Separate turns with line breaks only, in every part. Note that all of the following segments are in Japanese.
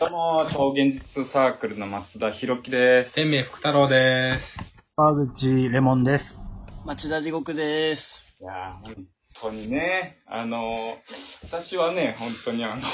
どうも、超現実サークルの松田博樹です。
天命福太郎です。
川口レモンです。
町田地獄です。
いやー、本当にね、あのー、私はね、本当にあのー、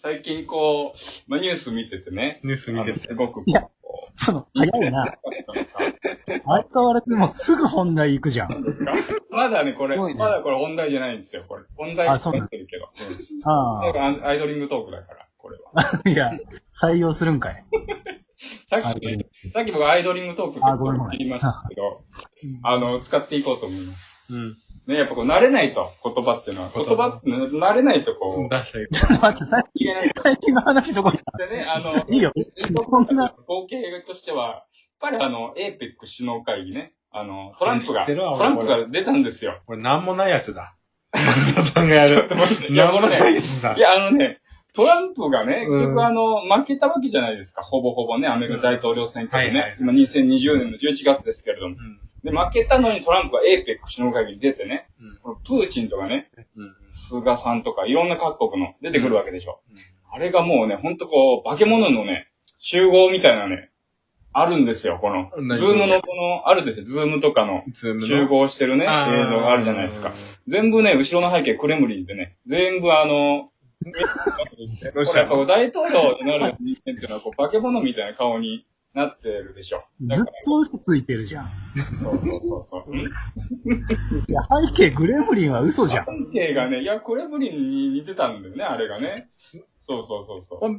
最近こう、まあ、ニュース見ててね、
ニュース
あ
見て
の
て。
すごくこ
いや
う、
その、早いな。相変わらずもうすぐ本題行くじゃん。
まだね、これ、
すごいね
まだこれ本題じゃないんですよ、これ。本題
あ
に
そうな
な
の
ってるけど。
あ
うんなんかアイドリングトークだから、これは。
あ。いや、採用するんかい。
さっきね、さっき僕アイドリングトーク
あごめんごめん
って言いましたけど、あの、使っていこうと思います。
うん。
ね、やっぱこう、慣れないと、言葉っていうのは。言葉って、慣れないとこう、
出したよ。
ちょっと待って、さっき、最近の話どこ行っ
でね、あの、
たいいよ。こんな、
合計としては、やっぱりあの、エーペック首脳会議ね、あの、トランプ
知
が、
ってるわ俺
トランプが出たんですよ。
これなんもないやつだ。松田さんがやる。
いや、こ
なんも
れ
ない
ね、
やつだ
い。や、あのね、トランプがね、
うん
結局あの、負けたわけじゃないですか、ほぼほぼね、アメリカ大統領選挙で
うんはいは
ね、
い
今2020年の11月ですけれども
う。ん。
で、負けたのにトランプがエーペック首脳会議に出てね、
うん
このプーチンとかね、
うん。
菅さんとかいろんな各国の出てくるわけでしょ。あれがもうね、ほんとこう、化け物のね、集合みたいなね、あるんですよ、この
何。
ズームのこの、あるんですよ、ズームとかの
ズームの
集合してるね、映像
あー
があるじゃないですか。全部ね、後ろの背景クレムリンでね、全部あの、こ
ロ
れ
シア
やっぱ
の。
こう大統領になる人間っていうのはこう化け物みたいな顔になってるでしょ。だ
ずっ
から
と嘘ついてるじゃん。
そうそうそうそう。うん
いや、背景グレムリンは嘘じゃん。
関係がね、いや、クレムリンに似てたんだよね、あれがね。そうそうそう そう。
ほん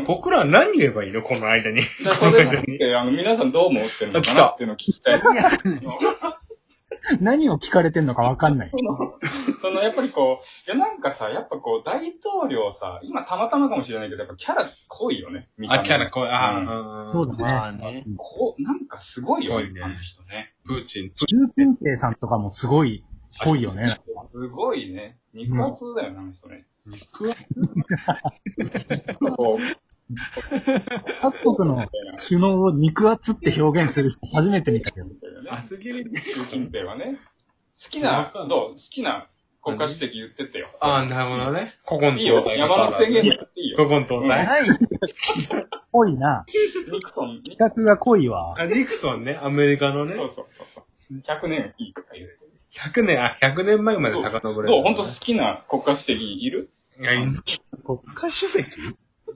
な僕らは何言えばいいのこの間に。
でそれについて、あの、皆さんどう思ってるのかなっていうのを聞きたい。
何を聞かれてんのかわかんない。
その、やっぱりこう、いや、なんかさ、やっぱこう、大統領さ、今たまたまかもしれないけど、やっぱキャラ濃いよね、見た目
あ、キャラ、これ、
うん
あ
そうだね。
ね。
こう、なんかすごいよ
濃
ね
い、ね
あの人ね。
ー、プーチン。
習近平さんとかもすごい、濃いよね。
すごいね。肉厚だよね、あの人ね。
肉は
なんかこう、み
各国の
たいな。
首脳を肉厚って表現する人初めて見たけど。
ね、
厚切り。
習近平はね。好きな、どう好きな国家主席言ってってよ。
あー、なるほどね。ここの
いいよ。山手宣言だっていい
こ
よ。
この東大。
ない
濃いな。
ニクソン、ニク
比較が濃いわ。
あ、ニクソンね、アメリカのね
ソン、そうそうそうそう。100年いいとか言う。
100年、あ、100年前まで
どう
遡れる。
どう本当好きな国家主席いる
いや、いいっす
国家主席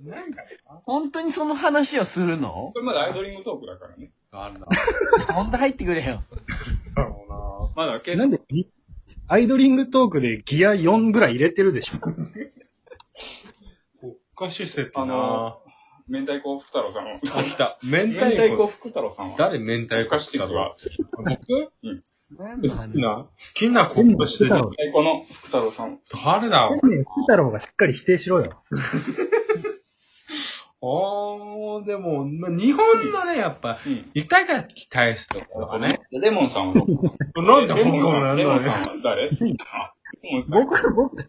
なんか、
本当にその話をする
こ
の
れまだアイドリングトークだからね。
あるな。
本題入ってくれよ。
だろうな。
まだ警
なん
察
でギ、アイドリングトークでギア4ぐらい入れてるでしょ
国家主席
あ
な
の明太子福太郎さんは。
ぁ。あ、来た。明
明
太
太子
子。
福太郎さんは。
誰明
国
太子
家主
して
席
た
は
の。僕
なん
好
の
き
話
な、好きな国家主
全
席。
部
明太子の福太郎さん。
誰だ
天命福太郎がしっかり否定しろよ。
おー、でも、ま日本のね、やっぱ、
うん。
痛がき返すとかね。
レモンさんはどう
なんで
レ
香
モン
港
さ
なんん
レモ
の
ンさん
ね。
は誰レモンさん。
僕、僕、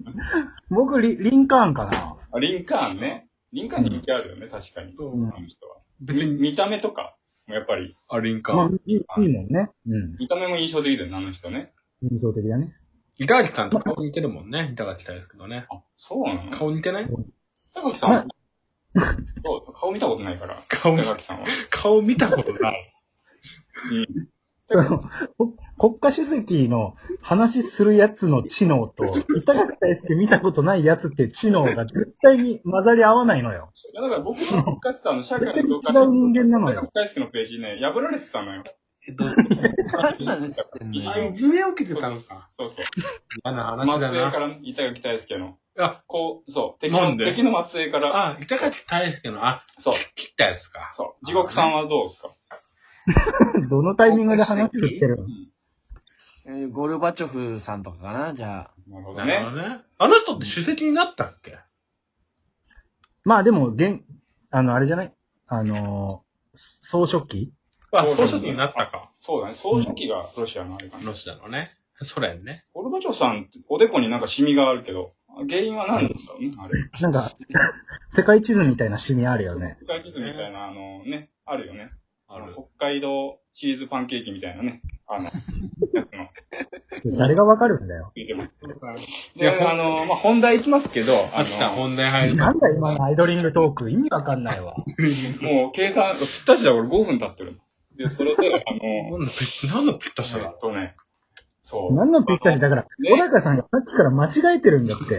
僕リ、リンカーンかな。
あリンカーンね。リンカーン人気あるよね、確かに。
うん
あの人は。
別
み
に、
見た目とか、やっぱり、
あれん
まあ
か。、
いいいいもんね。うん。
見た目も印象的だよね、あの人ね。
印象的だね。
痛がきさんと顔似てるもんね。痛がきたいですけどね。
あ、そうなの
顔似てない
高木さんは、どう顔見たことない から。
顔、
高木さんは。
顔見たことない。
その、こ国家主席の話するやつの知能と、板垣大輔見たことないやつっていう知能が絶対に混ざり合わないのよ。
いやだから僕の高橋さんの社会の
絶対に違
教科
う
書
人間なの
高
よ。
橋大輔のページね、破られてたのよ。
何の話してんのよ。
じめを受けてたのか。
そうそう。
嫌な話
松
だ
江
な
か。らね、板垣大輔の。
あ、
こう、そう。敵
な
の
んで
敵の松江から。
あ、板垣大輔の、あ、
そう。
切ったやつか。
そう。地獄さんはどうですか
どのタイミングで話してるの
えーゴルバチョフさんとかかなじゃあ。
なるほど
なるほ
ね。
どね。あの人って主席になったっけ
まあでも、でん、あの、あれじゃないあの、総書記
あ、
そう
総
だね
書記になったか。
そうだね。総書記がロシアのあれかな。
ロシアのね。ソ連ね。
ゴルバチョフさん、おでこになんかシミがあるけど、原因は何なんだろうね、あれ。
なんか、世界地図みたいなシミあるよね。
世界地図みたいな、あのね、あるよね。
ある。
北海道チーズパンケーキみたいなね。あの、やつの、
誰がわかるんだよ。
言ってます。
い
で、
や、
あの、まあ、本題いきますけど、あ
あきた、
の、
本題入る。
なんだ今のアイドリングトーク、意味わかんないわ。
もう計算、ぴったしだ、俺5分経ってる。で、それで、あの、
なんだ、ぴ何のぴったし
え
だ
っとね、そう。
何のぴったし、だから、
ね
小高さんがさっきから間違えてるんだって。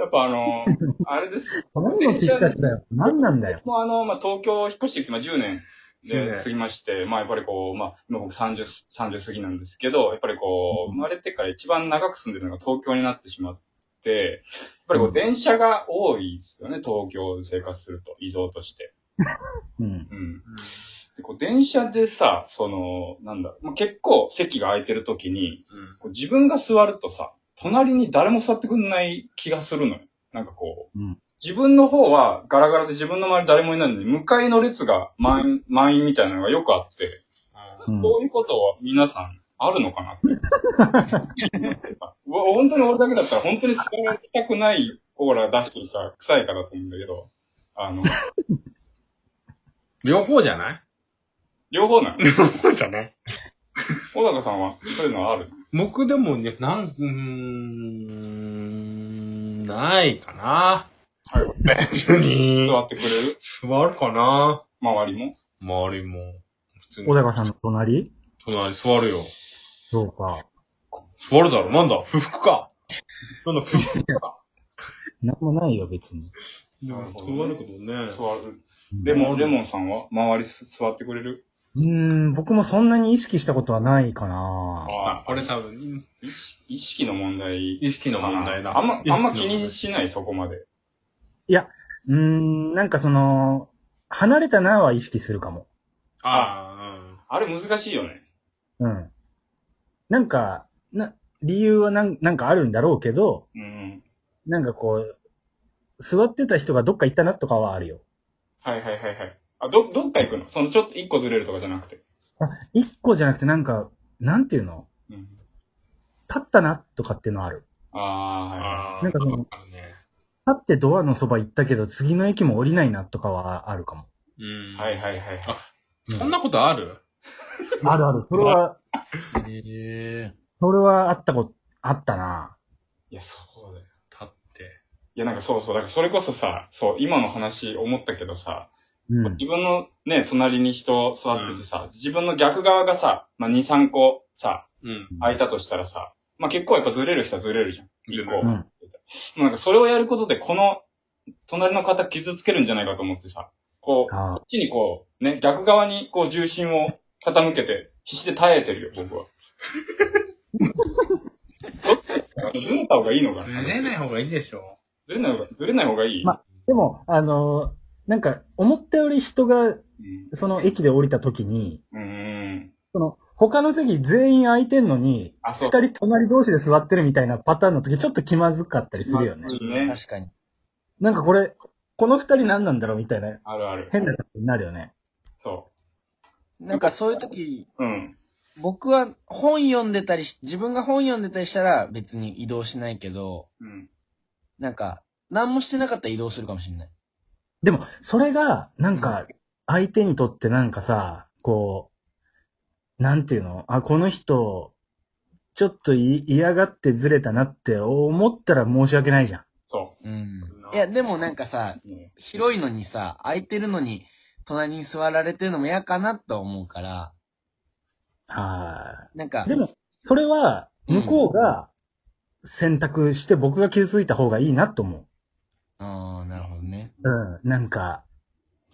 やっぱあの、あれです。
何のぴったしだよ。何なんだよ。
もうあの、まあ、東京引っ越してきて、まあ、10年
10
で
年
過ぎまして、まあ、やっぱりこう、まあ、今僕30、30過ぎなんですけど、やっぱりこう、生まれてから一番長く住んでるのが東京になってしまって、やっぱりこ
う
う、電車が多いですよね、東京で生活すると、移動として。
うん。
うん。で、こう、電車でさ、その、なんだろう、まあ、結構席が空いてる時に、
うん。
こう自分が座るとさ、隣に誰も座ってくんない気がするのよ。なんかこう、
うん
自分の方はガラガラで自分の周り誰もいないのに、向かいの列が満員、満員みたいなのがよくあって、
あ
うん
こういうことは皆さんあるのかなって。 うわ本当に俺だけだったら本当に座りたくないオーラ出してるから臭いからと思うんだけど、あの、
両方じゃない
両方なの。
そうじゃない
小高さんはそういうのはある
僕でもね、なん、うーん、ないかな。
はい。
別に、
座ってくれる
座るかな。
周りも
周りも。普通に
小。高さんの隣
隣座るよ。
そうか。
座るだろ。なんだ不服か。なんだ不服か。
なんもないよ、別に。
で
なる
も
ほどね
座るけどね。
座る。
うん
レモン、レモンさんは周りす座ってくれる
うーん、僕もそんなに意識したことはないかな。
あ、これ多分、
意識意識の問題
意識の問題だ。
あんま、あんま気に
意識
しない、そこまで。
うーん、なんかその、離れたなは意識するかも。
のあ
あれ難しいよね。
うん。なんか、な、理由はなんなんかあるんだろうけど、
うん。
なんかこう、座ってた人がどっか行ったなとかはあるよ。
はいはいはいはい。あ、ど、どっか行くのそのちょっと一個ずれるとかじゃなくて。
一個じゃなくてなんか、なんていうの
うん。
立ったなとかっていうのはある。
あ。
あ
ああ。
なんかその
わるね。
立ってドアのそば行ったけど、次の駅も降りないなとかはあるかも。
うん。
あ。はいはいはいはい。
うん
そんなことある
あるある。それは、
え
それはあったこと、あったない
や、そうだよ。
立って。
いや、なんかそうそう。だからそれこそさ、そう、今の話思ったけどさ、
うん。
自分のね、隣に人座っててさ、自分の逆側がさ、まあ、2、3個さ、
うん。
空いたとしたらさ、まあ、結構やっぱずれる人はずれるじゃん。一個。
ずれる
うん
なんかそれをやることで、この、隣の方傷つけるんじゃないかと思ってさ、こう、こ
あ
っちにこう、ね、逆側にこう重心を傾けて、必死で耐えてるよ、僕は。ずれた方がいいのかな
ずれない方がいいでしょ。
ずれない方が、ずれない方がいい、
までも、あの、なんか、思ったより人が、
うん
その駅で降りた時に、
うーん。
その、他の席全員空いてんのに、
あ、そ
二
う。
人隣同士で座ってるみたいなパターンの時、ちょっと気まずかったりするよね。
いい
ー、
ね。
確かに。
なんかこれ、この二人何なんだろうみたいな、
あるある。
変な感じになるよね。
そ
なんかそういう時、
う。うん。
僕は本読んでたりし、自分が本読んでたりしたら別に移動しないけど、
うん。
なんか、何もしてなかったら移動するかもしれない。
でも、それが、なんか、相手にとってなんかさ、こう、なんていうのあ、この人、ちょっとい嫌がってずれたなって思ったら申し訳ないじゃん。
そ
うん。いや、でもなんかさ、
う。ね
広いのにさ、空いてるのに、隣に座られてるのも嫌かなと思うから、
は
なんか
い。、でも、それは、向こうが選択して僕が傷ついた方がいいなと思
ああ、なるほどね。
う。うん。なんか、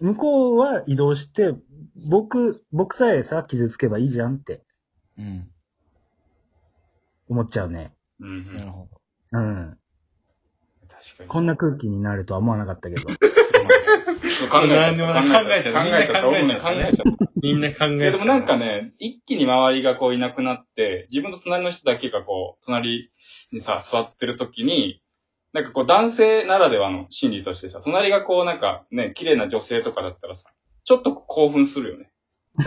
向こうは移動して、僕、僕さえさ、傷つけばいいじゃんって
うん。
思っちゃうね。
う
なる
ん。
ほど。
うん。
確かに。
こんな空気になるとは思わなかったけ ど。
考
何にもなく
えちゃった。考えちゃった。
考
考
え
えちゃ
ちゃ
っ
っ
たた。
ね
考えちゃった。
みんな考え
いやでもなんか、ね、一気に周りがこういなくなって、自分と隣の人だけがこう、隣にさ、座ってる時に、なんかこう男性ならではの心 理としてさ、隣がこうなんかね、綺麗な女性とかだったらさ、ちょっと興奮するよね。こ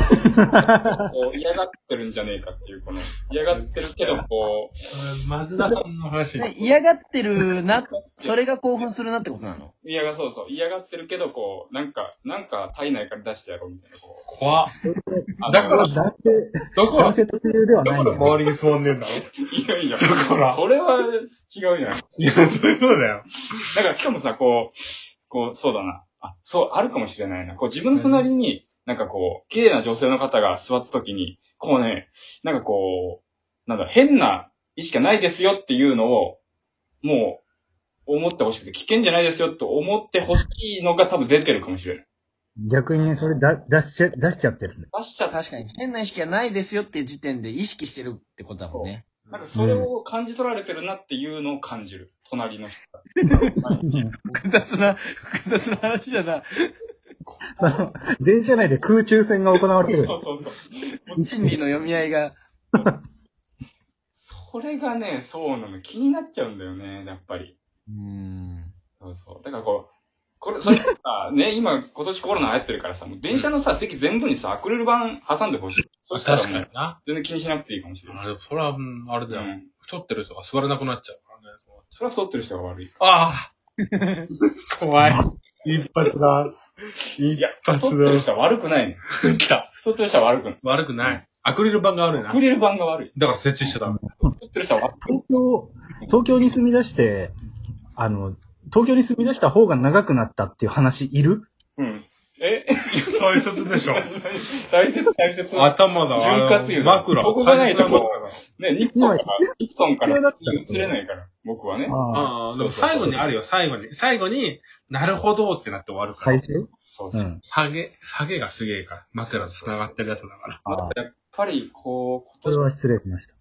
う嫌がってるんじゃねえかっていう、この、嫌がってるけど、こう、
松田さんの話。
で嫌がってるな、それが興奮するなってことなの
嫌が、そうそう、嫌がってるけど、こう、なんか、なんか体内から出してやろうみたいな、こう。
怖っ。
あ
だから
の
男性、
だから、
男
だ
性特有では
か
ない
ら
よね。
周りに座んねえんだろ
いやいや、
だから
それは違うやん。だか
いや、そういうことだよ。
ら、しかもさ、こう、こう、そうだな。あ、そう、あるかもしれないな。こう、自分の隣に、なんかこう、綺麗な女性の方が座った時に、こうね、なんかこう、なんだ、変な意識がないですよっていうのを、もう、思ってほしくて、危険じゃないですよと思ってほしいのが多分出てるかもしれない。
逆にね、それだ出しちゃ、出しちゃってるね。
出しちゃった。
確かに。変な意識がないですよっていう時点で意識してるってことだもんね。
なんかそれを感じ取られてるなっていうのを感じる。隣の人が。
複雑な、複雑な話だな。
その、電車内で空中戦が行われてる。
そうそうそう。
心理の読み合いが。
それがね、そうなの。気になっちゃうんだよね、やっぱり。
うーん。
そうそう。だからこう、これ、それさ、 ね、今、今年コロナ流行ってるからさ、もう電車のさ、席全部にさ、アクリル板挟んでほしい。そしたら
確
も
か
う
に、な。
全然気にしなくていいかもしれない。
あでもそれは、うんあれだ
う
よ。
ん。
太ってる人が座れなくなっちゃうからね。そう
それは剃ってる人が悪い。
ああ怖い。一発だ。
いや、太ってる人は悪くないね。
来た。
太ってる人は悪くない。
悪くない。アクリル板があるよ
ア
な
ク。リル板が悪い。
だから設置しちゃダメ。
太ってる人は悪くない。
東京、東京に住み出して、あの、東京に住み出した方が長くなったっていう話いる
うん。え
大切でしょ。
大切、大切。
頭だ
潤滑油
枕。
そこがないとこ
う。
ね、ニプソンから
今、
ニプソンから
必要だった
映
の
れないから、僕はね。
ああ、
ああ、でも最後にあるよ、最後に。最後に、なるほどってなって終わるか
最。
ら
初
そう
う
そう。
ん。
下げ、下げがすげえから。枕と繋がってるやつだから。
まあ
ああ、
やっぱり、こう、
そ
今
れは失礼しました。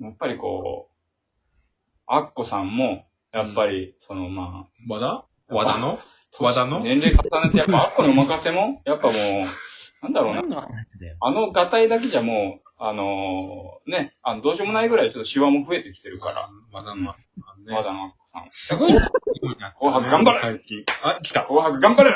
年、やっぱりこう、アッコさんも、やっぱり、その、まあ、
和田和田の
年
和田の
年齢重ねて、やっぱアッコのお任せも、 やっぱもう、なんだろうな。
何の話だよ。
あの、ガタイだけじゃもう、あのーね、あの、どうしようもないぐらいちょっとシワも増えてきてるか
和田の。和田
ら、ま
ね。
だのアッコさん。
すごい。
紅白頑張れ
最近あ、来た。
紅白頑張れ